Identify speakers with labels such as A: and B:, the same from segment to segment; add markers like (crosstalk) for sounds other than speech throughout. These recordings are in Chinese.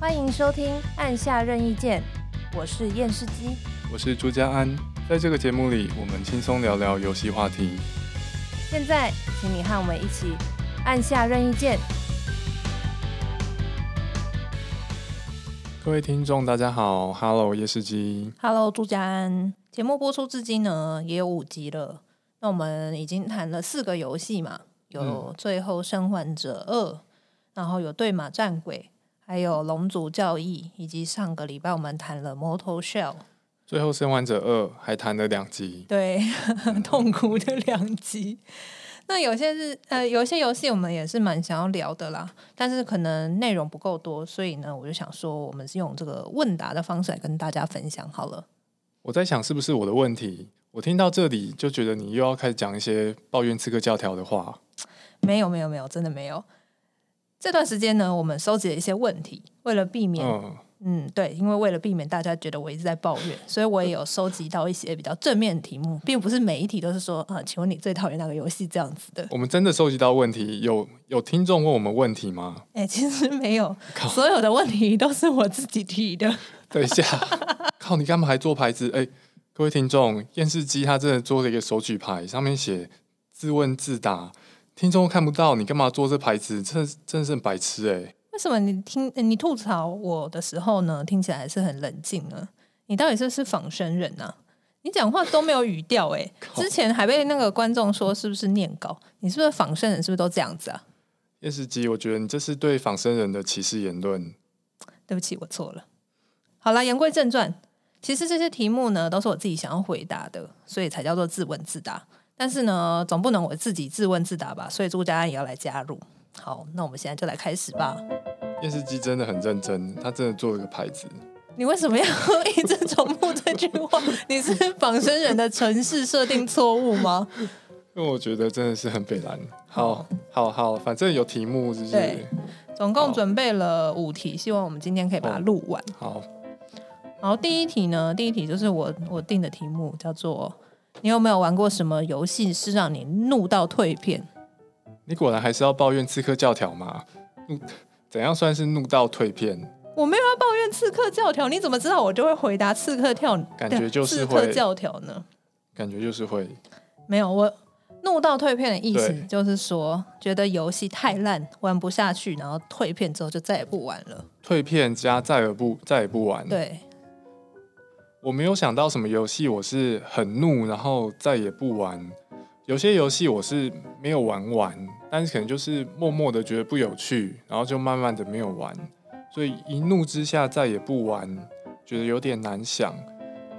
A: 欢迎收听《按下任意键》，我是验视机。
B: 我是朱家安，在这个节目里，我们轻松聊聊游戏话题。
A: 现在，请你和我们一起按下任意键。
B: 各位听众，大家好，Hello，夜视机，
C: Hello，朱家安。节目播出至今呢，也有五集了。那我们已经谈了四个游戏嘛，有
B: 嗯
C: 《最后生还者二》，然后有《对马战鬼》，还有《龙族教义》，以及上个礼拜我们谈了《Motor Shell》，
B: 最后《生还者二》还谈了两集，
C: 对，痛苦的两集。那有些是呃，有些游戏我们也是蛮想要聊的啦，但是可能内容不够多，所以呢，我就想说，我们是用这个问答的方式来跟大家分享好了。
B: 我在想是不是我的问题。我听到这里就觉得你又要开始讲一些抱怨刺客教条的话。
C: 没有，没有，没有，真的没有。这段时间呢，我们收集了一些问题，为了避免，
B: 嗯，
C: 嗯对，因为为了避免大家觉得我一直在抱怨，所以我也有收集到一些比较正面的题目，并不是每一题都是说，啊、请问你最讨厌哪个游戏这样子的？
B: 我们真的收集到问题，有有听众问我们问题吗？
C: 哎，其实没有
B: 靠，
C: 所有的问题都是我自己提的。 (laughs)
B: 等一下， (laughs) 靠，你干嘛还做牌子？哎、各位听众，电视机它真的做了一个手举牌，上面写“自问自答”，听众看不到，你干嘛做这牌子？真的真的是很白痴哎、
C: 为什么你听呃你吐槽我的时候呢，听起来是很冷静呢？你到底是不是仿生人呐、你讲话都没有语调哎、之前还被那个观众说是不是念稿？你是不是仿生人？是不是都这样子啊？
B: 电视机，我觉得你这是对仿生人的歧视言论。
C: 对不起，我错了。好啦，言归正传，其实这些题目呢都是我自己想要回答的，所以才叫做自问自答。但是呢，总不能我自己自问自答吧，所以朱家安也要来加入。好，那我们现在就来开始吧。
B: 电视机真的很认真，他真的做了个牌子。
C: 你为什么要一直重复这句话？你是仿生人的城市设定错误吗？ (laughs)
B: 因为我觉得真的是很北蓝。好，好，好，反正有题目就是
C: 对总共准备了五题，希望我们今天可以把它录完。
B: 好。
C: 然后第一题呢，第一题就是我我定的题目，叫做“你有没有玩过什么游戏是让你怒到蜕变
B: 你果然还是要抱怨刺客教条嘛？怒怎样算是怒到蜕变？”？
C: 我没有要抱怨《刺客教条》，你怎么知道我就会回答《刺客跳》？
B: 感觉就是
C: 刺
B: 会
C: 客教条呢？
B: 感觉就是会
C: 没有，我怒到蜕变的意思
B: 对
C: 就是说，觉得游戏太烂，玩不下去，然后蜕变之后就再也不玩了。
B: 蜕变加再也不再也不玩。
C: 对，
B: 我没有想到什么游戏我是很怒，然后再也不玩。有些游戏我是没有玩完，但是可能就是默默的觉得不有趣，然后就慢慢的没有玩，所以一怒之下再也不玩，觉得有点难想。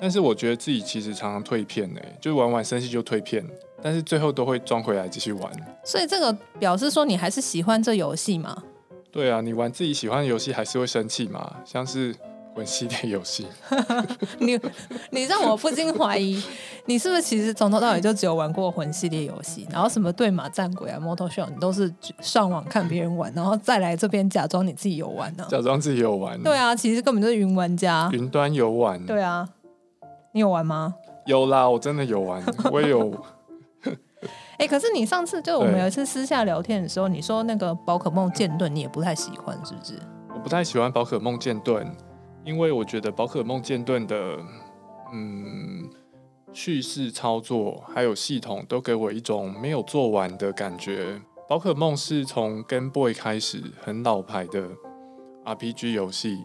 B: 但是我觉得自己其实常常退片呢、就是玩完生气就退片，但是最后都会装回来继续玩。
C: 所以这个表示说你还是喜欢这游戏嘛？
B: 对啊，你玩自己喜欢的游戏还是会生气嘛，像是 (laughs) 魂系列游戏。
C: 你你让我不禁怀疑，你是不是其实从头到尾就只有玩过魂系列游戏，然后什么对马战鬼啊、摩托秀，你都是上网看别人玩，然后再来这边假装你自己有玩呢、
B: 假装自己有玩，
C: 对啊，其实根本就是嗯云玩家。
B: 云端游玩，
C: 对啊，你有玩吗？
B: 有啦，我真的有玩，我也有，
C: 哎、可是你上次就我们
B: 对
C: 有一次私下聊天的时候，你说那个宝可梦剑盾你也不太喜欢，是不是？
B: 我不太喜欢宝可梦剑盾，因为我觉得宝可梦剑盾的嗯叙事操作还有系统都给我一种没有做完的感觉。宝可梦是从 Game Boy 开始很老牌的 RPG 游戏，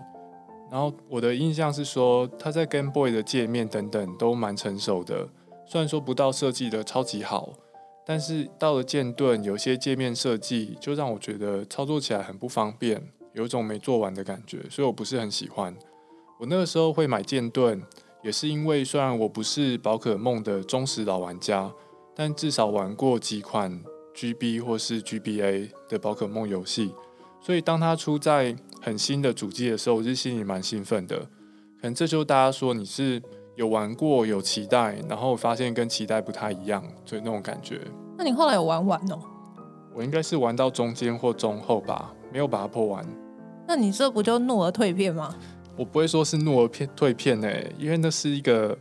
B: 然后我的印象是说它在 Game Boy 的界面等等都蛮成熟的，虽然说不到设计的超级好。但是到了剑盾，有些界面设计就让我觉得操作起来很不方便，有一种没做完的感觉，所以我不是很喜欢。我那个时候会买剑盾，也是因为虽然我不是宝可梦的忠实老玩家，但至少玩过几款 GB 或是 GBA 的宝可梦游戏，所以当它出在很新的主机的时候，我是心里蛮兴奋的。可能这就是大家说你是有玩过、有期待，然后发现跟期待不太一样，所以那种感觉。
C: 那你后来有玩完哦、
B: 我应该是玩到中间或中后吧，没有把它破完。
C: 那你这不就怒而蜕变吗？
B: 欸我不会说是怒而片退片诶、因为那是一个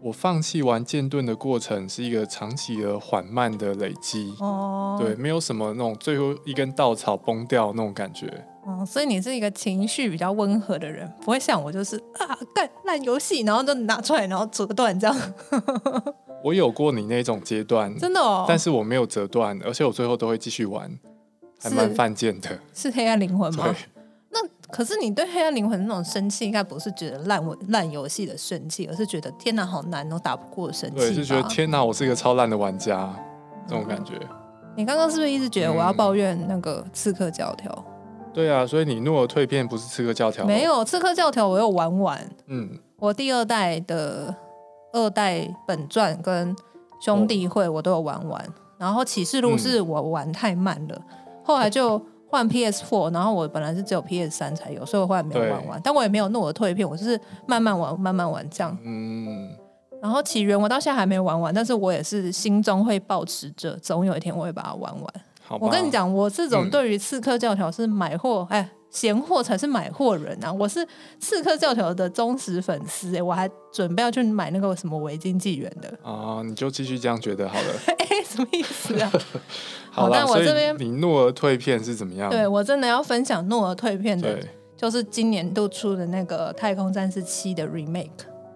B: 我放弃玩剑盾的过程是一个长期而缓慢的累积，
C: 哦，
B: 对，没有什么那种最后一根稻草崩掉那种感觉。
C: 哦，所以你是一个情绪比较温和的人，不会像我就是啊干烂游戏，然后就拿出来，然后折断这
B: 嗯
C: 样，
B: 我有过你那种阶段，
C: 真的哦。
B: 但是我没有折断，而且我最后都会继续玩，还
C: 是
B: 蛮犯贱的。
C: 是黑暗灵魂吗
B: 对？，
C: 那可是你对黑暗灵魂那种生气，应该不是觉得烂我烂游戏的生气，而是觉得天哪好难哦，打不过的生气吧。
B: 对，就觉得天哪，我是一个超烂的玩家，这种感觉。
C: 哦你刚刚是不是一直觉得我要
B: 嗯
C: 抱怨那个刺客教条？
B: 对啊，所以你怒而蜕变不是刺客教条，哦
C: 没，有刺客教条，我有玩完。
B: 嗯，
C: 我第二代的二代本传跟兄弟会我都有玩完，然后启示录是我玩太慢了，后来就换 PS4，然后我本来是只有 PS3 才有，所以我后来没有玩完，但我也没有怒而退片，我就是慢慢玩慢慢玩这样。
B: 嗯，
C: 然后起源我到现在还没玩完，但是我也是心中会保持着，总有一天我会把它玩完。
B: 好吧。
C: 我跟你，讲，我这种
B: 嗯
C: 对于刺客教条是买货，哎、闲货才是买货人啊！我是刺客教条的忠实粉丝、哎，我还准备要去买那个什么维京纪元的， (laughs)
B: 啊、你就继续这样觉得好了。
C: 哎、什么意思啊？好
B: 好啦
C: 但我
B: 所以
C: 这边
B: 你怒而蜕变是怎么
C: (laughs)
B: 样？
C: 对我真的要分享诺尔蜕变的，
B: 对
C: 就是今年度出的那个《太空战士七》的 remake，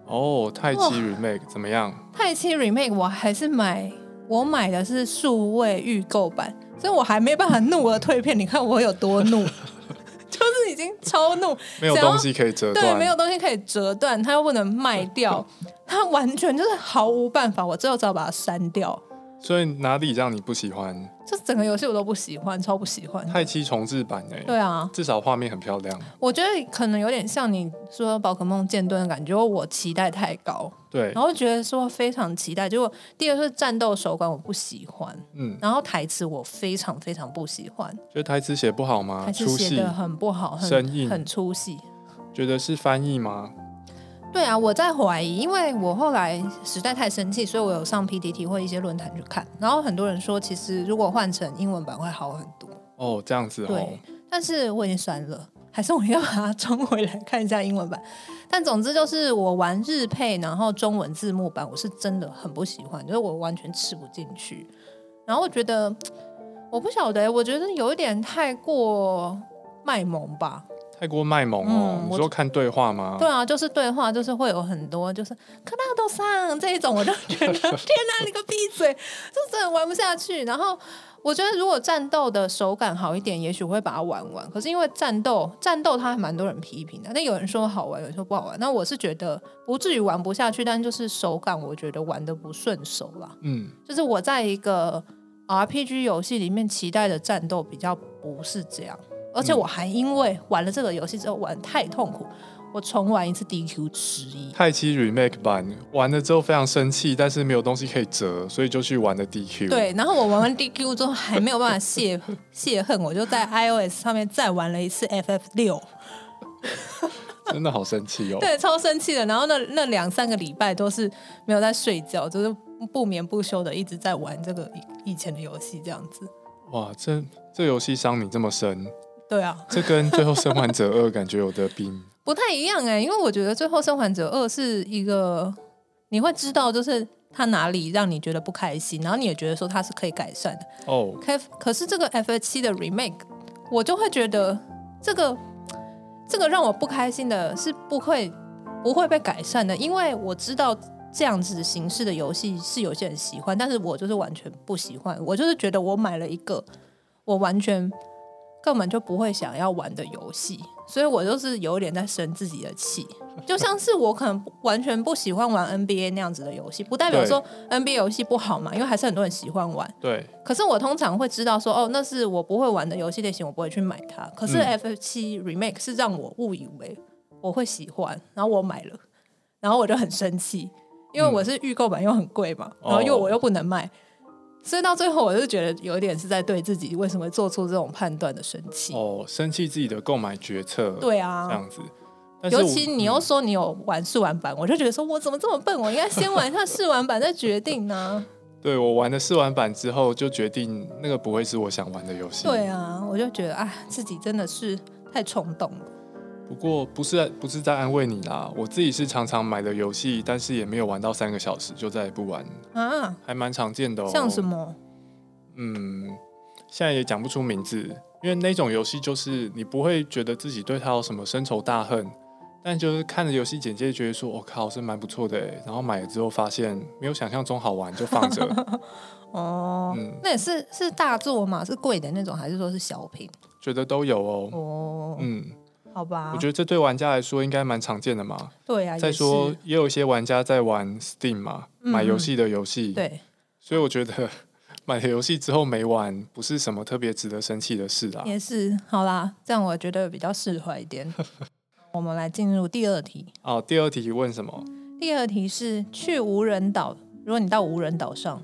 B: 哦，太
C: 哇
B: 极 remake 怎么样？
C: 《太七 remake》我还是买，我买的是数位预购版，所以我还没办法怒而蜕变，你看我有多怒， (laughs) 就是已经超怒，
B: 没有
C: 只要
B: 东西可以折
C: 对，
B: 断，
C: 没有东西可以折断，它又不能卖
B: (laughs)
C: 掉，它完全就是毫无办法。我最后只好把它删掉，
B: 所以哪里让你不喜欢？
C: 就整个游戏我都不喜欢，超不喜欢。
B: 太七重置版哎、
C: 对啊，
B: 至少画面很漂亮。
C: 我觉得可能有点像你说宝可梦剑盾的感觉，我期待太高，
B: 对，
C: 然后觉得说非常期待，结果第二是战斗手感我不喜欢，
B: 嗯，
C: 然后台词我非常非常不喜欢，
B: 觉得台词写不好吗？
C: 台词
B: 啊出
C: 写
B: 戏
C: 的很不好，
B: 生硬
C: 很很出戏。
B: 觉得是翻译吗？
C: 对啊，我在怀疑，因为我后来实在太生气，所以我有上 PDT 或一些论坛去看，然后很多人说，其实如果换成英文版会好很多，
B: 哦，这样子哦
C: 对，但是我已经删了，还是我要把它装回来看一下英文版。但总之就是我玩日配，然后中文字幕版，我是真的很不喜欢，就是我完全吃不进去，然后我觉得我不晓得，我觉得有一点太过卖萌吧，
B: 泰国卖萌哦。
C: 嗯
B: 你
C: 我
B: 说看对话吗？
C: 对啊，就是对话，就是会有很多就是克拉多上这一种，我就觉得天哪，你个闭嘴，就真的玩不下去。然后我觉得如果战斗的手感好一点，也许会把它玩完。可是因为战斗，战斗它还蛮多人批评的，但有人说好玩，有人说不好玩。那我是觉得不至于玩不下去，但就是手感我觉得玩的不顺手啦。
B: 嗯，
C: 就是我在一个 RPG 游戏里面期待的战斗比较不是这样，而且我还因为玩了这个游戏之后玩太痛苦，我重玩一次 DQ 十一。
B: 泰七 remake 版玩了之后非常生气，但是没有东西可以折，所以就去玩了 DQ。，
C: 对，然后我玩完 DQ 之后还没有办法泄泄恨，我就在 iOS 上面再玩了一次 FF 六，
B: 真的好生气哦。
C: 对，超生气的。然后那那两三个礼拜都是没有在睡觉，就是不眠不休的一直在玩这个以以前的游戏这样子。
B: 哇，这这游戏伤你这么深，
C: 对啊，
B: 这跟最后生还者二感觉有得拼。
C: 不太一样哎、因为我觉得《最后生还者二》是一个你会知道，就是它哪里让你觉得不开心，然后你也觉得说它是可以改善的。
B: (laughs) 哦，
C: 可可是这个 F 七的 remake，我就会觉得这个这个让我不开心的是不会不会被改善的，因为我知道这样子形式的游戏是有些人喜欢，但是我就是完全不喜欢，我就是觉得我买了一个我完全根本就不会想要玩的游戏，所以我就是有点在生自己的气。就像是我可能不完全不喜欢玩 NBA 那样子的游戏，不代表
B: 对
C: 说 NBA 游戏不好嘛，因为还是很多人喜欢玩。
B: 对，
C: 可是我通常会知道说，哦，那是我不会玩的游戏类型，我不会去买它。可是
B: 嗯
C: F 七 Remake 是让我误以为我会喜欢，然后我买了，然后我就很生气，因为我是预购版又很贵嘛，
B: 哦
C: 然后又我又不能卖，所以到最后我就觉得有一点是在对自己为什么会做出这种判断的生气。
B: 哦，生气自己的购买决策，、
C: 对
B: 这
C: 啊。
B: 样子。但是
C: 尤
B: 我嗯
C: 其你又说你有玩试玩版，我就觉得说我怎么这么笨？我应该先玩一下试玩版再决定
B: (laughs)
C: 呢、
B: 对我玩了试玩版之后，就决定那个不会是我想玩的游戏。
C: 啊对啊，我就觉得哎，自己真的是太冲动了。
B: 不过不是不是在安慰你啦，我自己是常常买的游戏，但是也没有玩到三个小时就再也不玩，
C: 啊，
B: 还蛮常见的哦。
C: 像什么？
B: 嗯，现在也讲不出名字，因为那种游戏就是你不会觉得自己对它有什么深仇大恨，但就是看着游戏简介，觉得说我、哦靠是蛮不错的欸，然后买了之后发现没有想象中好玩，就放
C: (laughs)
B: 着。
C: 哦，
B: 嗯，
C: 那也是是大作嘛，是贵的那种，还是说是小品？
B: 觉得都有哦。
C: 哦，
B: 嗯，
C: 好吧，
B: 我觉得这对玩家来说应该蛮常见的嘛。嗯
C: 对啊，
B: 再
C: 也
B: 说
C: 是，
B: 也有一些玩家在玩 Steam 嘛，
C: 嗯
B: 买游戏的游戏，
C: 对，
B: 所以我觉得买了游戏之后没玩，不是什么特别值得生气的事啊啦。
C: 也是好啦，这样我觉得比较释怀一点。 (laughs) 我们来进入第二题，
B: 哦，第二题问什么？
C: 第二题是去无人岛，如果你到无人岛上，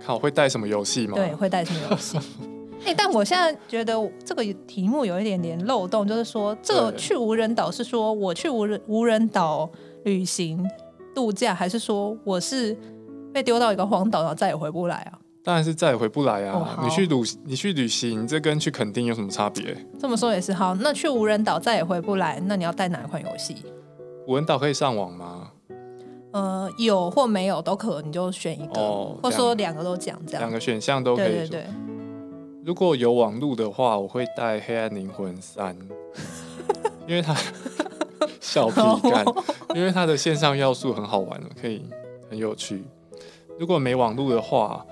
B: 看我会带什么游戏吗？
C: 对，会带什么游戏？
B: (laughs)
C: 哎、但我现在觉得这个题目有一点点漏洞，就是说这个
B: 对
C: 去无人岛是说我去无人无人岛旅行度假，还是说我是被丢到一个荒岛，然后再也回不来啊？
B: 当然是再也回不来
C: 哦
B: 啊！
C: 好
B: 你去旅你去旅行，这跟去垦丁有什么差别？
C: 这么说也是好，那去无人岛再也回不来，那你要带哪一款游戏？
B: 无人岛可以上网吗？
C: 呃，有或没有都可，你就选一个，
B: 哦
C: 或
B: 这样
C: 说两个都讲这
B: 两
C: 样。
B: 个选项都可以。
C: 对对对，
B: 如果有网路的话，我会带《黑暗灵魂三》，
C: (laughs)
B: 因为它 (laughs) 笑
C: 哦
B: 屁干，因为它的线上要素很好玩，可以很有趣。如果没网路的话，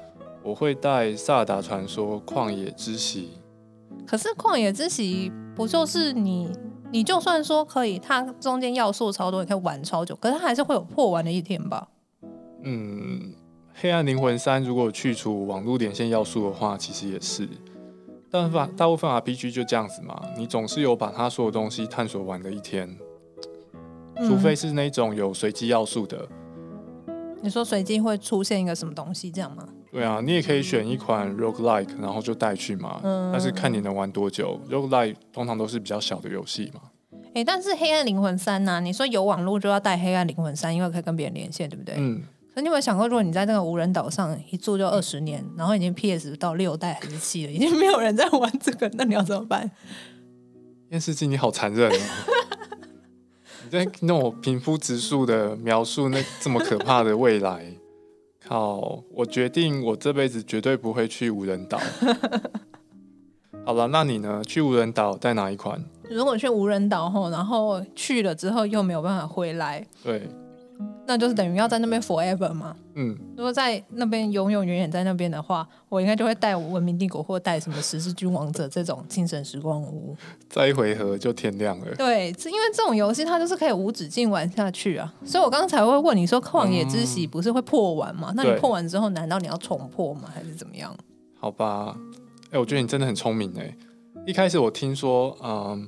B: 我会带《萨达传说：旷野之息》。
C: 可是旷野之息不就是你，你就算说可以，它中间要素超多，你可以玩超久，可是它还是会有破完的一天吧？
B: 嗯，《黑暗灵魂三》如果去除网络连线要素的话，其实也是。但法大部分 RPG 就这样子嘛，你总是有把它所有东西探索完的一天，
C: 嗯
B: 除非是那种有随机要素的。
C: 你说随机会出现一个什么东西，这样吗？
B: 对啊，你也可以选一款 roguelike，然后就带去嘛。
C: 嗯
B: 但是看你能玩多久，roguelike 通常都是比较小的游戏嘛。
C: 诶，但是《黑暗灵魂三》呐，你说有网络就要带《黑暗灵魂三》，因为可以跟别人连线，对不对？
B: 嗯，
C: 可你有没有想过，如果你在那个无人岛上一住就二十年，然后已经 PS 到六代还是七了，已经没有人在玩这个，那你要怎么办？
B: 电视机你好残忍哦！ (laughs) 你在弄我平铺直述的描述那这么可怕的未来，靠！我决定我这辈子绝对不会去无人岛。 (laughs) 好了，那你呢？去无人岛带哪一款？
C: 如果去无人岛后，然后去了之后又没有办法回来，
B: 对，
C: 那就是等于要在那边 forever 嘛。
B: 嗯，
C: 如果在那边永永远远在那边的话，我应该就会带《文明帝国》或带什么《十字军王者》这种精神时光屋。
B: 再一回合就天亮了。
C: 对，是因为这种游戏它就是可以无止境玩下去啊。所以我刚才会问你说，《旷野之息》不是会破完吗？那你
B: 对
C: 破完之后，难道你要重破吗？还是怎么样？
B: 好吧，哎、我觉得你真的很聪明哎、一开始我听说，嗯，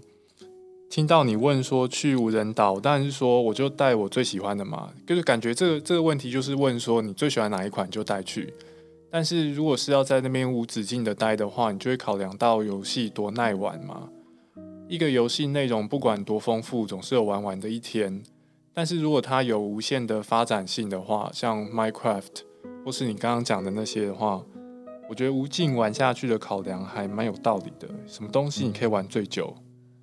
B: 听到你问说去无人岛，当然是说我就带我最喜欢的嘛，就是感觉这个这个问题就是问说你最喜欢哪一款就带去。但是如果是要在那边无止境的待的话，你就会考量到游戏多耐玩嘛。一个游戏内容不管多丰富，总是有玩完的一天。但是如果它有无限的发展性的话，像 Minecraft 或是你刚刚讲的那些的话，我觉得无尽玩下去的考量还蛮有道理的。什么东西你可以玩最久？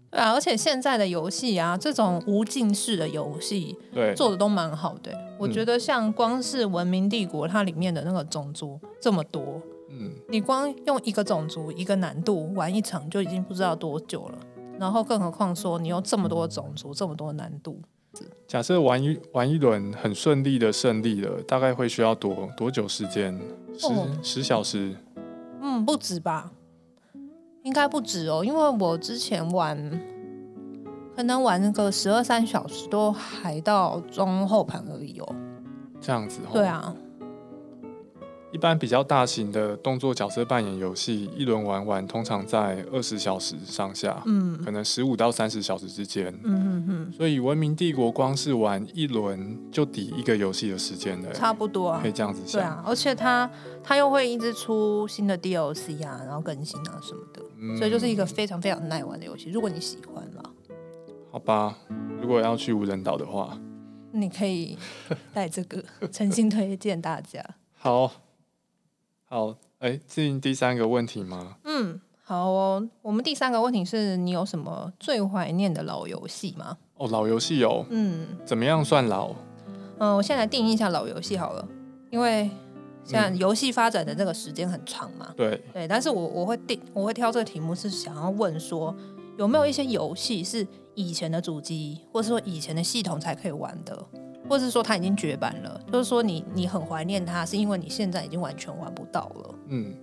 C: 对啊，而且现在的游戏啊，这种无尽式的游戏
B: 对，
C: 做的都蛮好的欸、我觉得像光是《文明帝国》它里面的那个种族这么多，
B: 嗯，
C: 你光用一个种族一个难度玩一场就已经不知道多久了，然后更何况说你有这么多种族这么多难度，
B: 假设玩一玩一轮很顺利的胜利了，大概会需要多多久时间？十
C: 哦
B: 十、小时？
C: 嗯，不止吧？应该不止哦，因为我之前玩，可能玩个十二三小时都还到中后盘而已哦。
B: 这样子？
C: 对。啊，
B: 一般比较大型的动作角色扮演游戏，一轮玩完通常在二十小时上下，
C: 嗯
B: 可能十五到三十小时之间。
C: 嗯嗯嗯，
B: 所以《文明帝国》光是玩一轮就抵一个游戏的时间了，
C: 差不多啊
B: 可以。这样子
C: 对
B: 想。
C: 啊，而且它它又会一直出新的 DLC 啊，然后更新啊什么的，
B: 嗯
C: 所以就是一个非常非常耐玩的游戏。如果你喜欢啦，
B: 好吧。如果要去无人岛的话，
C: 你可以带这个，诚心推荐大家。
B: 好，好，哎、进第三个问题吗？
C: 嗯，好哦，我们第三个问题是你有什么最怀念的老游戏吗？
B: 哦，老游戏哦，
C: 嗯
B: 怎么样算老？
C: 嗯、呃我现在来定义一下老游戏好了，因为现在游戏发展的这个时间很长嘛。
B: 对，
C: 对，但是我我会定我会挑这个题目是想要问说，有没有一些游戏是以前的主机或是说以前的系统才可以玩的，或是说它已经绝版了，就是说你你很怀念它，是因为你现在已经完全玩不到了。
B: 嗯，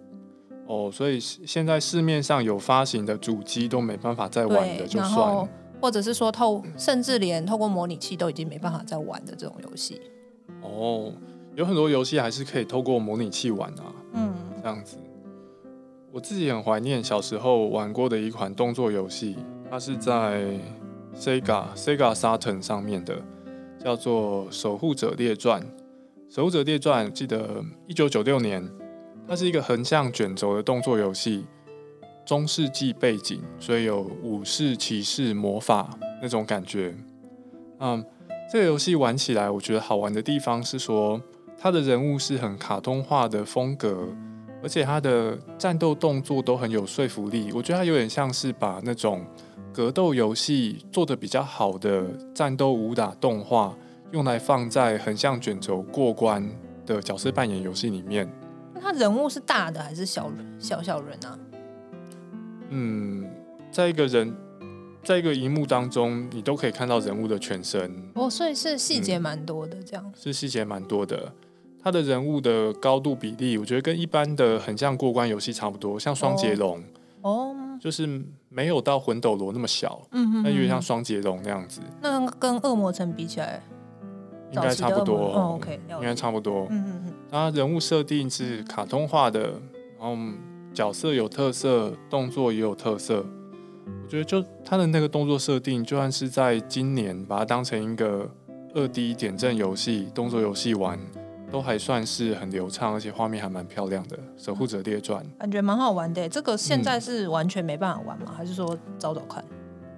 B: 哦，所以是现在市面上有发行的主机都没办法再玩的，
C: 对，
B: 就
C: 然
B: 算
C: 后
B: 了嗯
C: 或者是说透，甚至连透过模拟器都已经没办法再玩的这种游戏。
B: 哦，有很多游戏还是可以透过模拟器玩啊，
C: 嗯，
B: 这样子。我自己很怀念小时候玩过的一款动作游戏，它是在 Sega Sega Saturn 上面的，叫做《守护者列传》。《守护者列传》记得一九九六年，它是一个横向卷轴的动作游戏，中世纪背景，所以有武士、骑士、魔法那种感觉。嗯，这个游戏玩起来，我觉得好玩的地方是说，它的人物是很卡通化的风格，而且它的战斗动作都很有说服力。我觉得它有点像是把那种格斗游戏做的比较好的战斗武打动画，用来放在横向卷轴过关的角色扮演游戏里面。
C: 那它人物是大的还是小小小人啊？
B: 嗯，在一个人，在一个荧幕当中，你都可以看到人物的全身，
C: 哦，所以是细
B: 嗯
C: 节蛮多的这样。
B: 是细节蛮多的。它的人物的高度比例，我觉得跟一般的很像过关游戏差不多，像双截龙，
C: 哦，
B: 就是没有到魂斗罗那么小，
C: 嗯嗯，
B: 但有
C: 嗯
B: 点像双截龙那样子，
C: 那跟恶魔城比起来，
B: 应该差
C: 早
B: 不多。
C: 期的恶魔哦，OK，了解
B: 应该差不多。
C: 嗯嗯
B: 它人物设定是卡通化的，然后角色有特色，动作也有特色。我觉得就它的那个动作设定，就算是在今年把它当成一个二 D 点阵游戏、动作游戏玩，都还算是很流畅，而且画面还蛮漂亮的。《守护者列传》
C: 嗯，感觉蛮好玩的。这个现
B: 嗯
C: 在是完全没办法玩吗？还是说找找看？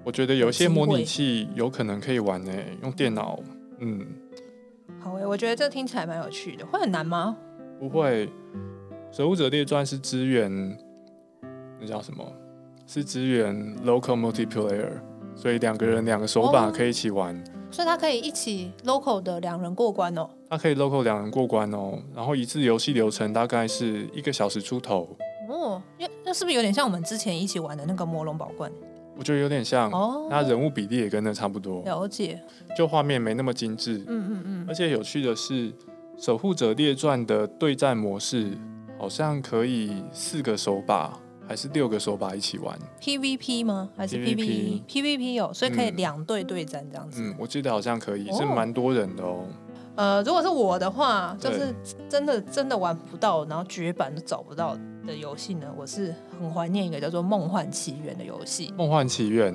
B: 我觉得有一些
C: 有机会
B: 模拟器有可能可以玩呢、欸用电脑，嗯。
C: 好欸诶，我觉得这听起来蛮有趣的，会很难吗？
B: 不会，《守护者列传》是支援那叫什么？是支援 local multiplayer，所以两个人两个手把
C: 哦
B: 可以一起玩，
C: 所以它可以一起 local 的两人过关哦。
B: 它可以 local 两人过关哦。然后一次游戏流程大概是一个小时出头，
C: 哦，因为那是不是有点像我们之前一起玩的那个魔龙宝冠？
B: 我觉得有点像。
C: 哦，
B: 嗯那人物比例也跟那差不多，
C: 了解。
B: 就画面没那么精致。
C: 嗯嗯嗯，
B: 而且有趣的是，《守护者列传》的对战模式好像可以四个手把还是六个手把一起玩。
C: PVP 吗？还是
B: PVP
C: PVE？PVP 有，所以可以
B: 嗯
C: 两队对战这样子。
B: 嗯，我记得好像可以，
C: 哦
B: 是蛮多人的哦。
C: 呃，如果是我的话，就
B: 对
C: 是真的真的玩不到，然后绝版都找不到的游戏呢，我是很怀念一个叫做《梦幻奇缘》的游戏。
B: 梦幻奇缘，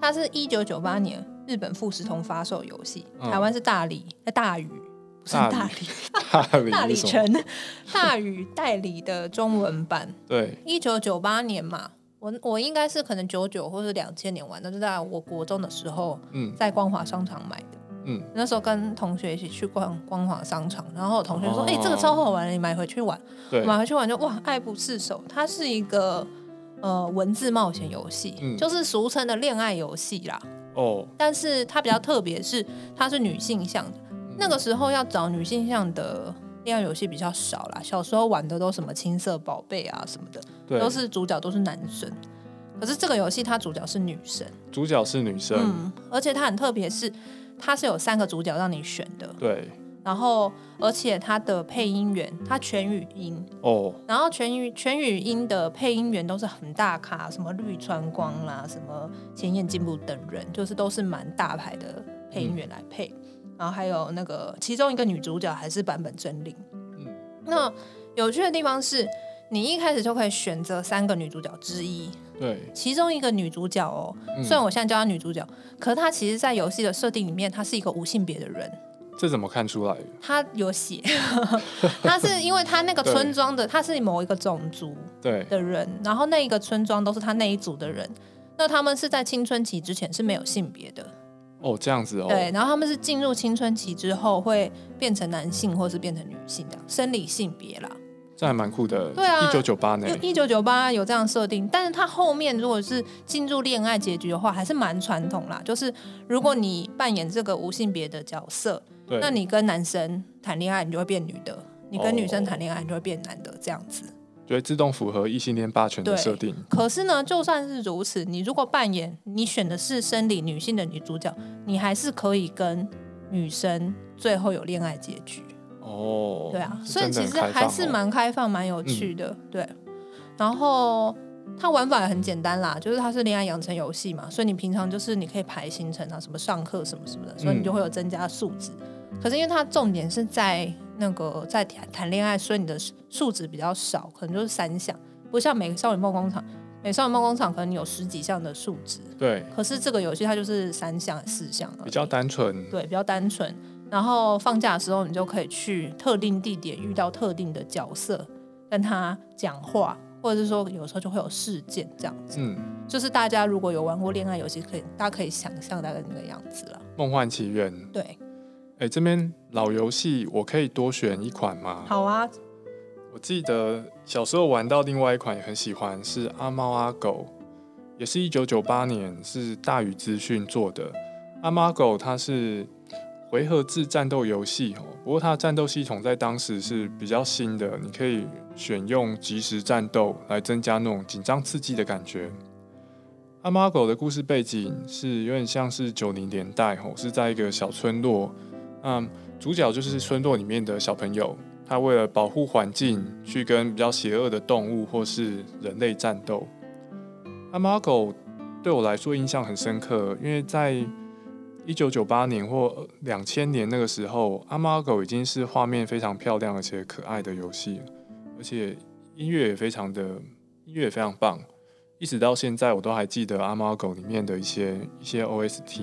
C: 它是一九九八年日本富士通发售游戏，
B: 嗯
C: 台湾是大理、呃大宇，不是
B: 大
C: 大
B: 理
C: 理，
B: 大理
C: 大理
B: 是什么？
C: 城，大宇代理的中文版。
B: 对，
C: 一九九八年嘛，我我应该是可能九九或是两千年玩的，就在我国中的时候，
B: 嗯
C: 在光华商场买的。
B: 嗯，
C: 那时候跟同学一起去逛光华商场，然后我同学说：“
B: 哦
C: 哎、这个超好玩的，你买回去玩。”
B: 对，
C: 买回去玩就哇，爱不释手。它是一个呃文字冒险游戏，
B: 嗯
C: 就是俗称的恋爱游戏啦。
B: 哦，
C: 但是它比较特别是，它是女性向的。
B: 嗯
C: 那个时候要找女性向的恋爱游戏比较少啦，小时候玩的都什么青色宝贝啊什么的，
B: 对，
C: 都是主角都是男生。可是这个游戏它主角是女生，
B: 主角是女生，
C: 嗯，而且它很特别是，它是有三个主角让你选的，
B: 对，
C: 然后而且它的配音员它全语音，
B: 哦，
C: 然后全语全语音的配音员都是很大咖，什么绿川光啦，什么前燕进步等人，就是都是蛮大牌的配
B: 嗯
C: 音员来配。然后还有那个其中一个女主角还是版本真绫。
B: 嗯
C: 那有趣的地方是你一开始就可以选择三个女主角之一，
B: 对，
C: 其中一个女主角哦，
B: 嗯
C: 虽然我现在叫她女主角，可她其实在游戏的设定里面，她是一个无性别的人。
B: 这怎么看出来？
C: 她有写， (laughs) 她是因为她那个村庄的，她是某一个种族，
B: 对，
C: 的人，然后那一个村庄都是他那一组的人。那他们是在青春期之前是没有性别的，
B: 哦，这样子哦，
C: 对。然后他们是进入青春期之后会变成男性或是变成女性这样，生理性别啦。
B: 这还蛮酷的。
C: 对啊
B: 一九九八年，
C: 一九九八有这样设定，但是它后面如果是进入恋爱结局的话，还是蛮传统啦。就是如果你扮演这个无性别的角色，
B: 对，
C: 那你跟男生谈恋爱，你就会变女的；你跟女生
B: 哦
C: 谈恋爱，你就会变男的，这样子。
B: 就会自动符合异性恋霸权的
C: 对
B: 设定。
C: 可是呢，就算是如此，你如果扮演你选的是生理女性的女主角，你还是可以跟女生最后有恋爱结局。
B: 哦，
C: 对啊，
B: 是
C: 所以
B: 真的
C: 其
B: 很
C: 实
B: 开
C: 还
B: 放
C: 是
B: 哦嗯
C: 蛮开放、蛮有趣的。对，然后它玩法也很简单啦，就是它是恋爱养成游戏嘛，所以你平常就是你可以排行程啊，什么上课什么什么的，所以你就会有
B: 嗯
C: 增加素质。可是因为它重点是在那个在谈谈恋爱，所以你的数值比较少，可能就是三项，不像美少女梦工厂。美少女梦工厂可能你有十几项的数值，
B: 对，
C: 可是这个游戏它就是三项、四项而已
B: 比较单纯。
C: 对，比较单纯。然后放假的时候，你就可以去特定地点遇到特定的角色，跟他讲话，或者是说有时候就会有事件这样子。
B: 嗯，
C: 就是大家如果有玩过恋爱游戏，可以大家可以想象大概那个样子了。
B: 梦幻奇缘。
C: 对，
B: 哎，这边老游戏我可以多选一款吗？
C: 好啊，
B: 我记得小时候玩到另外一款也很喜欢，是《阿猫阿狗》，也是一九九八年，是大宇资讯做的。阿猫阿狗它是回合制战斗游戏哦，不过它的战斗系统在当时是比较新的，你可以选用即时战斗来增加那种紧张刺激的感觉。阿猫阿狗的故事背景是有点像是九零年代哦，是在一个小村落，那主角就是村落里面的小朋友，他为了保护环境，去跟比较邪恶的动物或是人类战斗。阿猫阿狗对我来说印象很深刻，因为在一九九八年或两千年那个时候，阿猫阿狗已经是画面非常漂亮而且可爱的游戏了，而且音乐也非常的音乐也非常棒。一直到现在，我都还记得《啊阿猫阿狗》里面的一些一些 OST，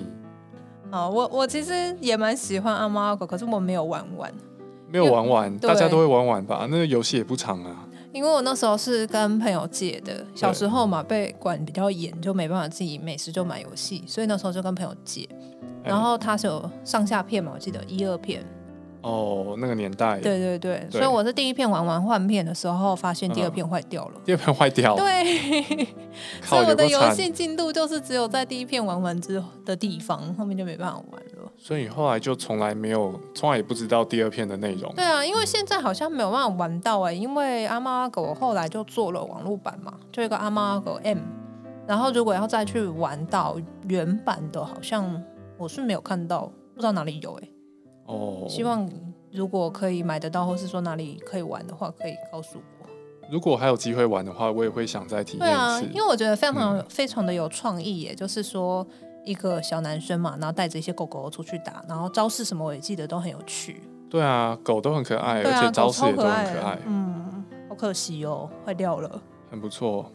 C: 好，我我其实也蛮喜欢阿猫阿狗，可是我没有玩完，
B: 没有玩完，
C: 对
B: 大家都会玩完吧？那个游戏也不长啊。
C: 因为我那时候是跟朋友借的，小时候嘛被管比较严，就没办法自己每次就买游戏，所以那时候就跟朋友借。
B: 哎
C: 然后它是有上下片嘛，我记得一二片，
B: 哦，那个年代，
C: 对对对，
B: 对
C: 所以我是第一片玩完换片的时候，发现第二片坏掉了。
B: 第二盘坏掉，
C: (laughs) 对，所
B: 嗯靠，
C: 以我
B: 有
C: 的
B: 够
C: 游
B: 惨。
C: 戏进度就是只有在第一片玩完之后的地方，后面就没办法玩了。
B: 所以后来就从来没有，从来也不知道第二片的内容。
C: 对啊，因为现在好像没有办法玩到哎、因为阿猫阿狗后来就做了网络版嘛，就有一个阿猫阿狗 M，然后如果要再去玩到原版的，好像我是没有看到，不知道哪里有哎、
B: 哦，
C: 希望如果可以买得到，或是说哪里可以玩的话，可以告诉我。
B: 如果还有机会玩的话，我也会想再体
C: 对
B: 验嗯
C: 啊，
B: 一
C: 因
B: 次。
C: 为我觉得非常、非常的有创意耶，就是说一个小男生嘛，然后带着一些狗狗出去打，然后招式什么我也记得都很有趣。
B: 对啊，狗都很可爱，
C: 对
B: 而
C: 啊，
B: 且招
C: 狗
B: 式
C: 超
B: 也都很可爱
C: 爱，，嗯，好可惜哦，坏掉了。
B: 很不错。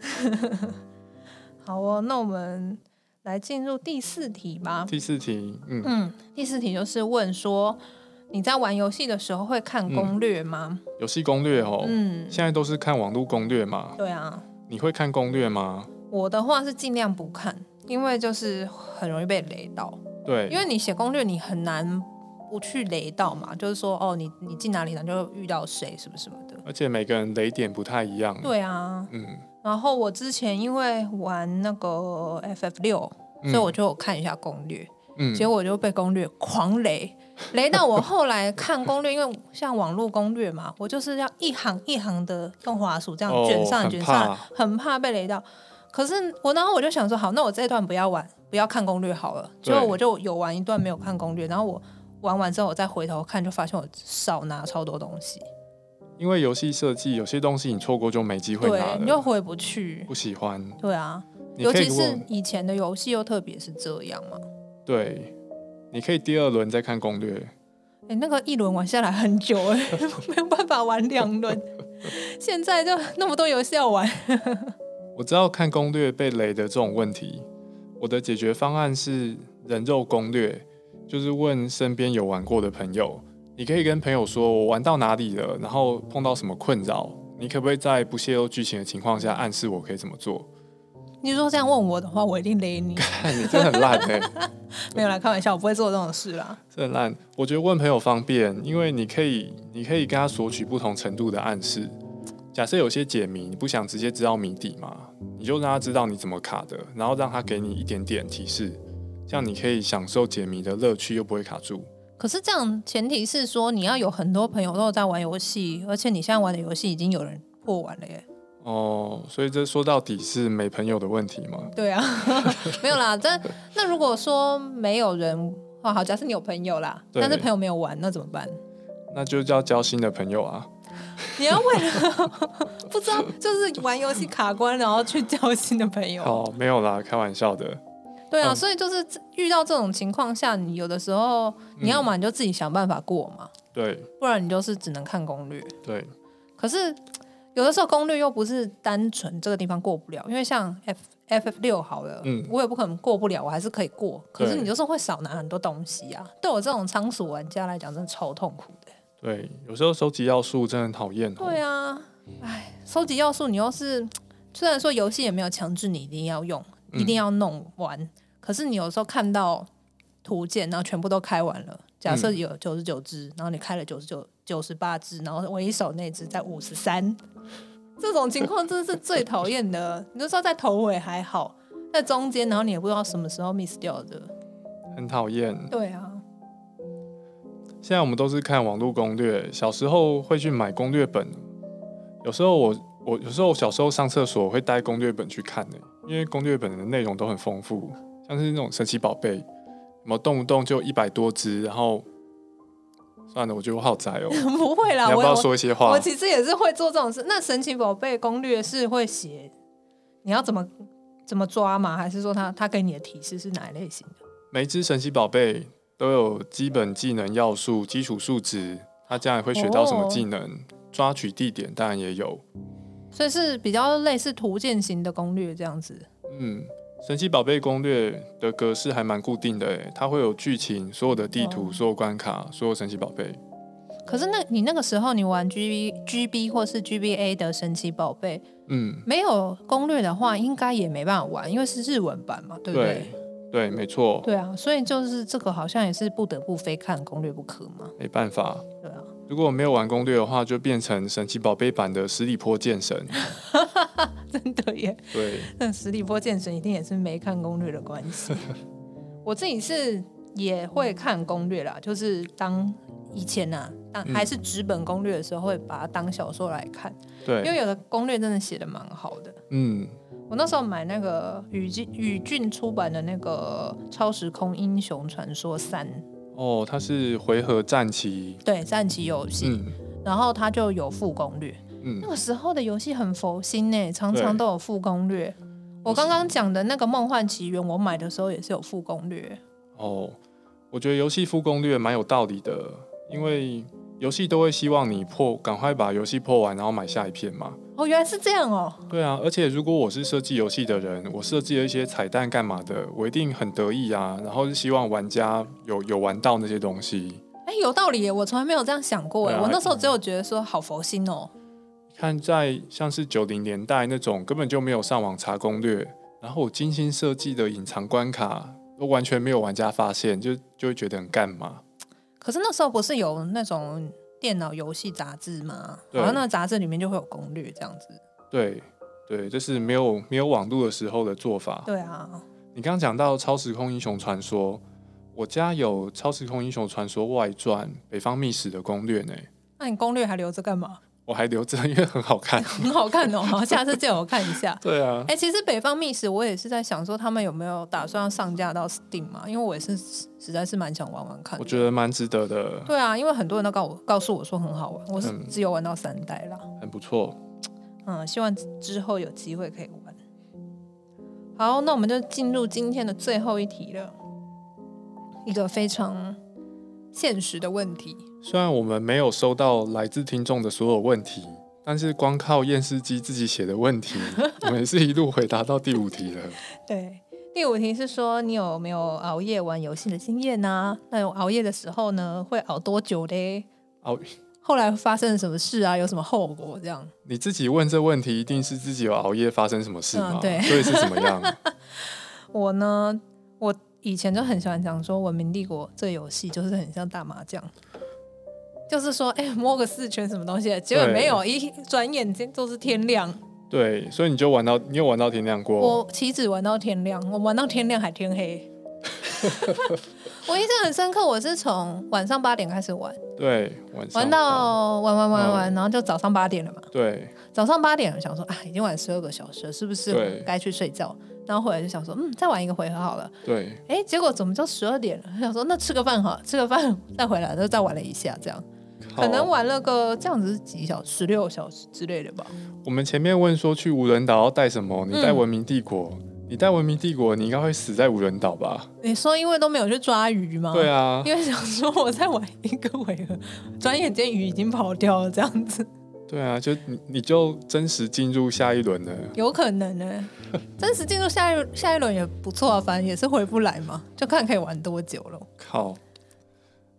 C: 好哦，那我们来进入第四题吧。
B: 第四题，嗯，
C: 嗯，第四题就是问说你在玩游戏的时候会看攻略吗？
B: 游戏攻略哦，
C: 嗯，
B: 现在都是看网络攻略嘛。
C: 对啊，
B: 你会看攻略吗？
C: 我的话是尽量不看，因为就是很容易被雷到。
B: 对，
C: 因为你写攻略，你很难不去雷到嘛，就是说哦，你你进哪里，然后就遇到谁什么什么的。
B: 而且每个人雷点不太一样。，
C: 对啊，
B: 嗯，
C: 然后我之前因为玩那个 FF 六，
B: 嗯
C: 所以我就有看一下攻略，
B: 嗯
C: 结果我就被攻略狂雷，雷到我后来看攻略，因为像网络攻略嘛，我就是要一行一行的用滑鼠这样
B: 哦
C: 卷上来
B: 很
C: 卷上来，
B: 怕
C: 很怕被雷到。可是我，然后我就想说，好，那我这一段不要玩，不要看攻略好了。结
B: 对
C: 果我就有玩一段没有看攻略，然后我玩完之后，我再回头看，就发现我少拿超多东西，
B: 因为游戏设计有些东西你错过就没机会拿
C: 对，你又
B: 了，
C: 回不去。
B: 不喜欢。
C: 对啊，
B: 你
C: 尤
B: 可以
C: 其
B: 如果
C: 是以前的游戏又特别是这样嘛。
B: 对，你可以第二轮再看攻略。
C: 哎、那个一轮玩下来很久哎、 (laughs) 没有办法玩两轮。现在就那么多游戏要玩，
B: 我知道看攻略被雷的这种问题，我的解决方案是人肉攻略，就是问身边有玩过的朋友，你可以跟朋友说我玩到哪里了，然后碰到什么困扰，你可不可以在不泄露剧情的情况下暗示我可以怎么做？ (laughs)
C: 你如果这样问我的话，我一定雷你。
B: 看你真的很烂哎、
C: 没有啦，开玩笑，我不会做这种事啦。
B: 真的烂。我觉得问朋友方便，因为你可以你可以跟他索取不同程度的暗示。假设有些解谜你不想直接知道谜底嘛，你就让他知道你怎么卡的，然后让他给你一点点提示，这样你可以享受解谜的乐趣，又不会卡住。
C: 可是这样前提是说你要有很多朋友都有在玩游戏，而且你现在玩的游戏已经有人破完了耶。
B: 哦，所以这说到底是没朋友的问题吗？
C: 对啊， (laughs) 没有啦。但那如果说没有人，哦好，假设你有朋友啦，
B: 对
C: 但是朋友没有玩，那怎么办？
B: 那就要交新的朋友啊。
C: 你要为了 (laughs) 不知道就是玩游戏卡关，然后去交新的朋友。
B: 哦，没有啦，开玩笑的。
C: 对啊，
B: 嗯
C: 所以就是遇到这种情况下，你有的时候你要
B: 嗯
C: 嘛你就自己想办法过嘛，
B: 对
C: 不然你就是只能看攻略。
B: 对，
C: 可是有的时候攻略又不是单纯这个地方过不了，因为像 F F F 六好了，
B: 嗯
C: 我也不可能过不了，我还是可以过。可是
B: 对
C: 你就是会少拿很多东西啊。对我这种仓鼠玩家来讲，真的超痛苦的。
B: 对，有时候收集要素真的很讨厌哦。
C: 对啊，哎，收集要素你又是虽然说游戏也没有强制你一定要用，
B: 嗯
C: 一定要弄完，可是你有时候看到图鉴，然后全部都开完了，假设
B: 嗯
C: 有九十九只，然后你开了九十九九十八只，然后唯一手那只在五十三，这种情况真的是最讨厌的。你就说在头尾还好，在中间，然后你也不知道什么时候 miss 掉的。
B: 很讨厌。
C: 对啊， (laughs)
B: 现在我们都是看网络攻略，小时候会去买攻略本。有时候我我有时候我小时候上厕所会带攻略本去看的、因为攻略本的内容都很丰富，像是那种神奇宝贝，什么动不动就一百多只，然后算了，我觉得我好宅
C: (laughs)
B: 哦、
C: 不会啦，啊
B: 你要
C: 我
B: 不要
C: 我
B: 说一些话
C: 我？其实也是会做这种事。那神奇宝贝攻略是会写你要怎么怎么抓吗？还是说他他给你的提示是哪一类型的？
B: 每一只神奇宝贝都有基本技能要素、基础数值，它将来会学到什么技能，
C: 哦
B: 抓取地点当然也有。
C: 所以是比较类似图鉴型的攻略这样子。
B: 嗯，神奇宝贝攻略的格式还蛮固定的诶，它会有剧情、所有的地图、
C: 哦
B: 所有关卡、所有神奇宝贝。
C: 可是那你那个时候你玩 G B G B 或是 G B A 的神奇宝贝，
B: 嗯，
C: 没有攻略的话，应该也没办法玩，因为是日文版嘛，对不对？
B: 对，没错，
C: 对啊，所以就是这个好像也是不得不非看攻略不可嘛，
B: 没办法。
C: 对啊。 (laughs)
B: 如果没有玩攻略的话，就变成神奇宝贝版的十里坡
C: (laughs)
B: 剑神。
C: 真的耶，
B: 对，
C: 那实力波健身一定也是没看攻略的关
B: (laughs)
C: 系。我自己是也会看攻略啦，就是当以前呐、啊，当
B: 嗯
C: 还是纸本攻略的时候，会把它当小说来看，因为
B: 对，
C: 有的攻略真的写的蛮好的。
B: 嗯，
C: 我那时候买那个宇俊宇俊出版的那个《超时空英雄传说三》，
B: 哦，它是回合战棋。
C: 对战棋游戏，
B: 嗯
C: 然后它就有附攻略。
B: 嗯
C: 那，个时候的游戏很佛心呢、常常
B: 对
C: 都有附攻略。我刚刚讲的那个《梦幻奇缘》，我买的时候也是有附攻略。
B: 哦，我觉得游戏附攻略蛮有道理的，因为游戏都会希望你破，赶快把游戏破完，然后买下一片嘛。
C: 哦，原来是这样哦。
B: 对啊，而且如果我是设计游戏的人，我设计了一些彩蛋干嘛的，我一定很得意啊，然后是希望玩家有有玩到那些东西。
C: 哎，有道理耶，我从来没有这样想过耶。
B: 对啊
C: 我那时候只有觉得说好佛心哦。
B: 看在像是九零年代那种根本就没有上网查攻略，然后我精心设计的隐藏关卡都完全没有玩家发现，就就会觉得很干嘛。
C: 可是那时候不是有那种电脑游戏杂志吗？
B: 对
C: 然后那个杂志里面就会有攻略这样子。
B: 对对，这是没有没有网络的时候的做法。
C: 对啊，
B: 你刚刚讲到《超时空英雄传说》，我家有《超时空英雄传说外传》《北方秘史》的攻略呢，
C: 那你攻略还留着干嘛？。
B: 我还留着，因为很好
C: (laughs)
B: 看
C: 很好看哦，好下次借我看一下。
B: 对啊，
C: 哎、其实北方密室我也是在想说，他们有没有打算要上架到 Steam 嘛？因为我也是实在是蛮想玩玩看的。
B: 我觉得蛮值得的，
C: 对啊，因为很多人都告我告诉我说很好玩，我是
B: 嗯
C: 只有玩到三代啦。
B: 很不错。
C: 嗯，希望之后有机会可以玩。好，那我们就进入今天的最后一题了，一个非常现实的问题。
B: 虽然我们没有收到来自听众的所有问题，但是光靠验尸机自己写的问
C: (laughs)
B: 题，我们也是一路回答到第五题了。
C: 对，第五题是说你有没有熬夜玩游戏的经验呢、那有熬夜的时候呢，会熬多久嘞？
B: 哦，
C: (laughs) 后来发生了什么事啊？有什么后果？这样，
B: 你自己问这问题，一定是自己有熬夜发生什么事
C: 嗯
B: 嘛？
C: 对
B: 所以是怎么
C: (laughs)
B: 样？
C: 我呢，我以前就很喜欢讲说《文明帝国》这游戏就是很像打麻将，就是说，哎、摸个四圈什么东西的，结果
B: 对
C: 没有，一转眼间都是天亮。
B: 对，所以你就玩到，你有玩到天亮过？
C: 我棋子玩到天亮，我玩到天亮还天
B: (laughs)
C: 黑。 (laughs) 我印象很深刻，我是从晚上八点开始玩，
B: 对，晚上
C: 玩
B: 哦
C: 到玩玩玩玩，然后就早上八点了嘛。
B: 对
C: 早上八点我想说啊，已经玩十二个小时了，是不是
B: 对
C: 该去睡觉？然后回来就想说，嗯，再玩一个回合好了。
B: 对
C: 哎，结果怎么就十二点了？ (laughs) 想说那吃个饭哈，吃个饭再回来，就再玩了一下，这样可能
B: 好
C: 玩了个这样子是几小时，十六小时之类的吧。
B: 我们前面问说去无人岛要带什么？你带
C: 嗯
B: 文明帝国，你带文明帝国，你应该会死在无人岛吧？
C: 你说因为都没有去抓鱼吗？
B: 对啊，
C: 因为想说我在玩一个回合，转眼间鱼已经跑掉了，这样子
B: 对啊，就你你就真实进入下一轮了。
C: 有可能呢、真实进入下一下一轮也不错啊，反正也是回不来嘛，就看可以玩多久了。
B: 靠！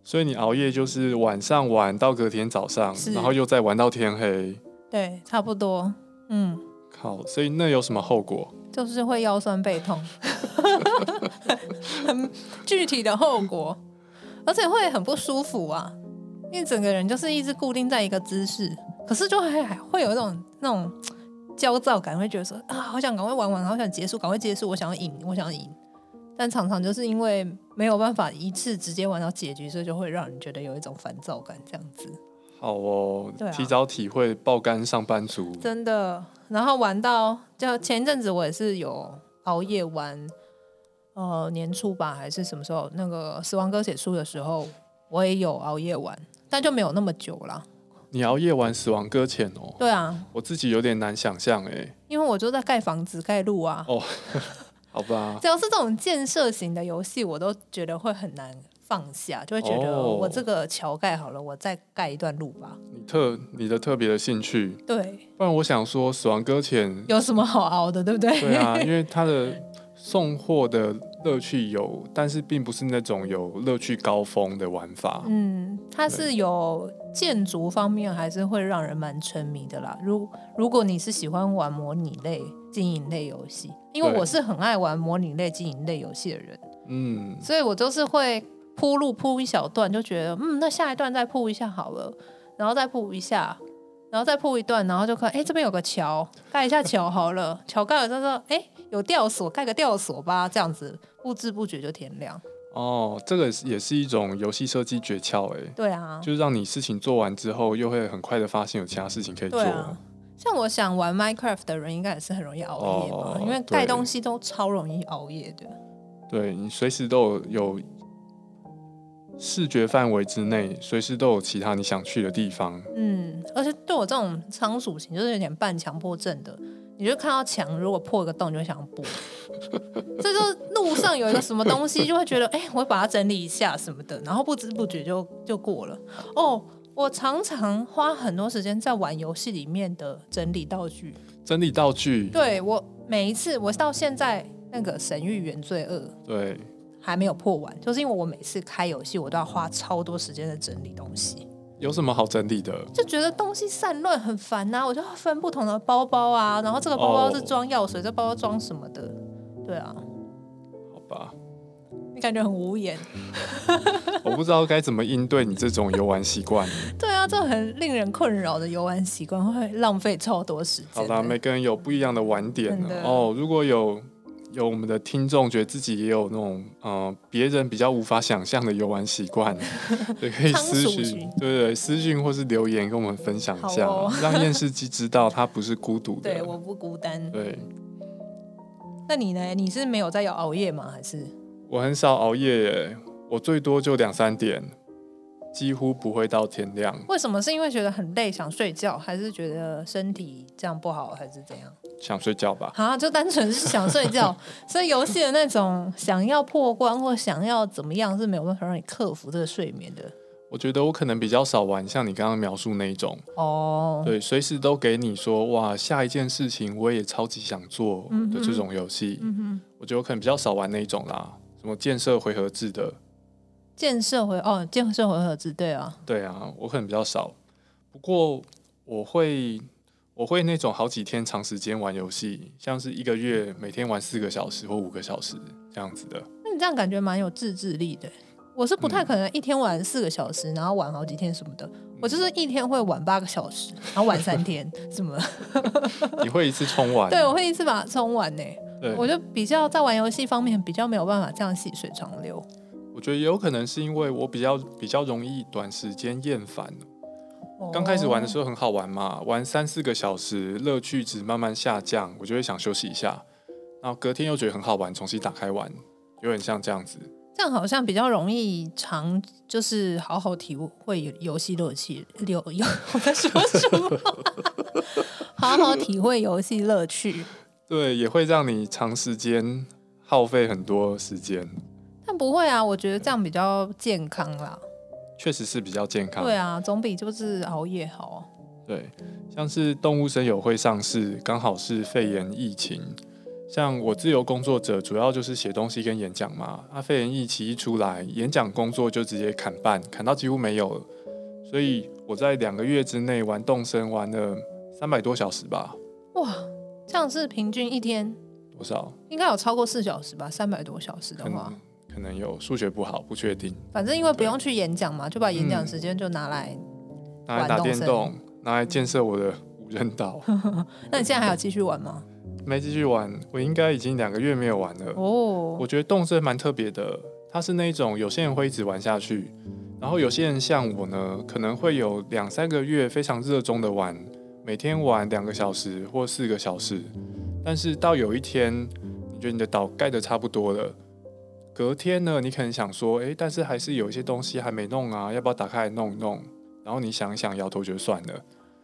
B: 所以你熬夜就是晚上玩到隔天早上
C: 是，
B: 然后又再玩到天黑。
C: 对，差不多，嗯，
B: 靠！所以那有什么后果？
C: 就是会腰酸背痛， (laughs) 很具体的后果，而且会很不舒服啊，因为整个人就是一直固定在一个姿势，可是就还还会有一种那种焦躁感，会觉得说啊，好想赶快玩完，好想结束，赶快结束，我想要赢，我想要赢。但常常就是因为没有办法一次直接玩到结局，所以就会让人觉得有一种烦躁感，这样子。
B: 好哦，
C: 对啊
B: 提早体会爆肝上班族。
C: 真的。然后玩到就前一阵子我也是有熬夜玩，呃，年初吧还是什么时候？那个死亡歌写书的时候，我也有熬夜玩，但就没有那么久啦。
B: 你熬夜玩《死亡搁浅》哦，
C: 对啊，
B: 我自己有点难想象哎。
C: 因为我就在盖房子、盖路啊。
B: 哦，好吧，
C: 只要是这种建设型的游戏，我都觉得会很难放下，就会觉得
B: 哦
C: 我这个桥盖好了，我再盖一段路吧。
B: 你特你的特别的兴趣，
C: 对，
B: 不然我想说《死亡搁浅》
C: 有什么好熬的，对不对？
B: 对啊，因为它的送货的乐趣有，但是并不是那种有乐趣高峰的玩法。
C: 嗯，它
B: 啊对
C: 是有建筑方面还是会让人蛮沉迷的啦。如如果你是喜欢玩模拟类、经营类游戏，因为
B: 对
C: 我是很爱玩模拟类、经营类游戏的人，
B: 嗯，
C: 所以我就是会铺路铺一小段，就觉得嗯，那下一段再铺一下好了，然后再铺一下，然后再铺一段，然后就看哎、诶这边有个桥，盖一下桥好了，桥盖了之后哎、诶有吊索，盖个吊索吧，这样子不知不觉就天亮。
B: 哦，这个也是一种游戏设计诀窍哎，
C: 对啊，
B: 就是让你事情做完之后，又会很快的发现有其他事情可以做。
C: 对啊，像我想玩 Minecraft 的人，应该也是很容易熬夜吧？
B: 哦
C: 因为
B: 对
C: 盖东西都超容易熬夜的。
B: 对你随时都有有视觉范围之内，随时都有其他你想去的地方。
C: 嗯，而且对我这种仓鼠型，就是有点半强迫症的，你就看到墙如果破一个洞，你就想
B: (laughs)
C: 补。这就是路上有一个什么东西，就会觉得哎、我把它整理一下什么的，然后不知不觉就就过了。哦，我常常花很多时间在玩游戏里面的整理道具。
B: 整理
C: (laughs)
B: 道具，
C: 对我每一次，我到现在那个《神域原罪二》，
B: 对，
C: 还没有破完，就是因为我每次开游戏，我都要花超多时间在整理东西，
B: 有什么好整理的？
C: 就觉得东西散乱很烦啊呐、我就要分不同的包包啊，然后这个包包
B: 哦
C: 是装药水，这包包装什么的，对啊，
B: 好吧，
C: 你感觉很无言，
B: 我不知道该怎么应对你这种游玩习惯。
C: 对啊，这很令人困扰的游玩习惯，会浪费超多时间
B: 好
C: 的。
B: 啦，每个人有不一样的晚点
C: 真的
B: 呢。哦，如果有有我们的听众觉得自己也有那种呃别人比较无法想象的游玩习惯，
C: (laughs)
B: 也可以
C: 仓
B: 私
C: 鼠
B: 讯
C: 群，
B: 对对，私讯或是留言跟我们分享一下，
C: 好哦
B: 让验视机知道他不是孤独的。
C: 对，我不孤单。
B: 啊对
C: 那你呢？你是没有在有熬夜吗？还是
B: 我很少熬夜耶，我最多就两三点，几乎不会到天亮。
C: 为什么？是因为觉得很累想睡觉，还是觉得身体这样不好，还是怎样？
B: 想睡觉吧？
C: 啊，就单纯是想睡
B: (laughs)
C: 觉，所以游戏的那种想要破关或想要怎么样是没有办法让你克服这个睡眠的。
B: 我觉得我可能比较少玩像你刚刚描述那一种，
C: 哦，
B: 对，随时都给你说哇，下一件事情我也超级想做的这种游戏，
C: 嗯
B: 我觉得我可能比较少玩那一种啦，什么建设回合制的，
C: 哼，建设回哦，建设回合制，对啊，
B: 对啊，我可能比较少。不过我会我会那种好几天长时间玩游戏，像是一个月每天玩四个小时或五个小时这样子的。
C: 那你这样感觉蛮有自制力的。欸我是不太
B: 嗯
C: 可能一天玩四个小时，然后玩好几天什么的。我就是一天会玩八个小时，然后玩三
B: (laughs)
C: 天什
B: 哎
C: 么的。
B: 你会一次冲完？
C: (laughs) 对，我会一次把它冲完呢、
B: 对，
C: 我就比较在玩游戏方面比较没有办法这样细水长流。
B: 我觉得也有可能是因为我比较比较容易短时间厌烦。刚开始玩的时候很好玩嘛，玩三四个小时，乐趣值慢慢下降，我就会想休息一下。然后隔天又觉得很好玩，重新打开玩，有点像这样子。
C: 候，这样好像比较容易常就是好好体会游戏乐趣。游游我在说什么？好好体会游戏乐趣。
B: 对，也会让你长时间耗费很多时间，
C: 但不会啊，我觉得这样比较健康啦。
B: 确实是比较健康。
C: 对啊，总比就是熬夜好啊。
B: 对，像是动物声友会上市，刚好是肺炎疫情。像我自由工作者，主要就是写东西跟演讲嘛。啊，肺炎疫情一出来，演讲工作就直接砍半，砍到几乎没有了。所以我在两个月之内玩动身玩了三百多小时吧，
C: 哇，这样是平均一天
B: 多少？
C: 应该有超过四小时吧，三百多小时的
B: 可
C: 话
B: 能，可能有数学不好，不确定。
C: 反正因为不用去演讲嘛，就把演讲时间就拿来。
B: 拿来
C: 玩
B: 打
C: 动
B: 电
C: 森
B: 动，拿来建设我的无人
C: (laughs)
B: 岛。
C: 那你现在还有继续玩吗？
B: 没继续玩，我应该已经两个月没有玩了。
C: 哦，
B: 我觉得动森蛮特别的，它是那种有些人会一直玩下去，然后有些人像我呢，可能会有两三个月非常热衷的玩，每天玩两个小时或四个小时，但是到有一天，你觉得你的岛盖的差不多了。隔天呢，你可能想说，诶，但是还是有一些东西还没弄啊，要不要打开来弄一弄？然后你想一想，摇头觉得算了，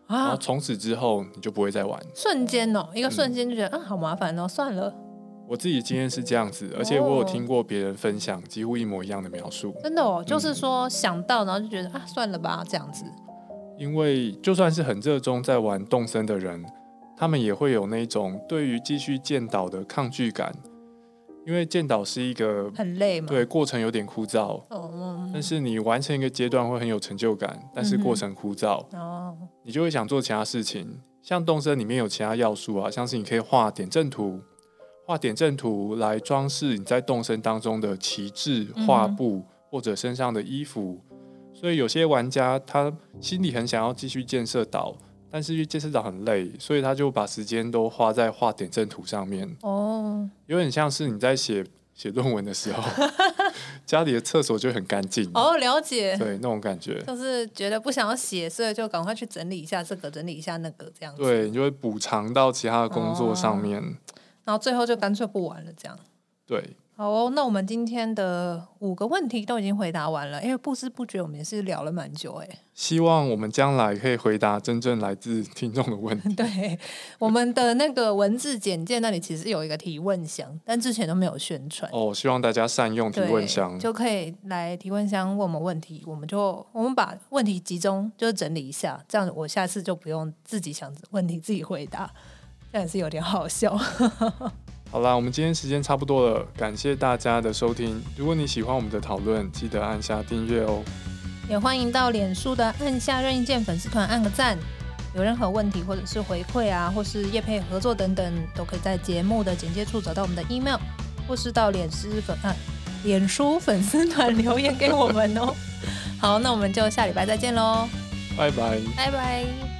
B: 然后
C: 啊，
B: 从此之后你就不会再玩。
C: 瞬间哦，一个瞬间就觉得、啊，好麻烦哦，算了，
B: 我自己经验是这样子，而且我有听过别人分享几乎一模一样的描述。
C: 真的哦，就是说想到然后就觉得啊，算了吧，这样子。
B: 因为就算是很热衷在玩动森的人，他们也会有那种对于继续建岛的抗拒感，因为建岛是一个
C: 很累嘛。
B: 对过程有点枯燥，
C: 哦，
B: 但是你完成一个阶段会很有成就感，但
C: 嗯
B: 是
C: 哼
B: 过程枯燥，
C: 嗯，哦，
B: 你就会想做其他事情。像动森里面有其他要素啊，像是你可以画点阵图，画点阵图来装饰你在动森当中的旗帜、
C: 嗯哼
B: 画布、或者身上的衣服。所以有些玩家他心里很想要继续建设岛，但是建设岛很累，所以他就把时间都花在画点阵图上面，
C: 哦，
B: 有点像是你在写写论文的时候， (laughs) 家里的厕所就很干净，
C: 哦，了解。
B: 对那种感觉。
C: 就是觉得不想要写，所以就赶快去整理一下这个，整理一下那个，这样子。
B: 对，你就会补偿到其他的工作上
C: 哦
B: 面。
C: 然后最后就干脆不玩了，这样。
B: 对，
C: 好哦，那我们今天的五个问题都已经回答完了，因为不知不觉我们也是聊了蛮久哎、 (laughs)
B: 希望我们将来可以回答真正来自听众的问题。
C: 对，我们的那个文字简介那里其实有一个提问箱，但之前都没有宣传。
B: 哦，希望大家善用提
C: 对
B: 问箱。
C: 就可以来提问箱问我们问题，我们就我们把问题集中，就是整理一下，这样我下次就不用自己想问题自己回答，这样也是有点好笑。 (laughs)
B: 好啦，我们今天时间差不多了，感谢大家的收听。如果你喜欢我们的讨论，记得按下订阅哦。
C: 也欢迎到脸书的按下任意键粉丝团按个赞。有任何问题或者是回馈啊，或是业配合作等等，都可以在节目的简介处找到我们的 email，或是到脸书粉啊脸书粉丝团留言给我们哦。好，那我们就下礼拜再见喽，
B: 拜拜。
C: 拜拜。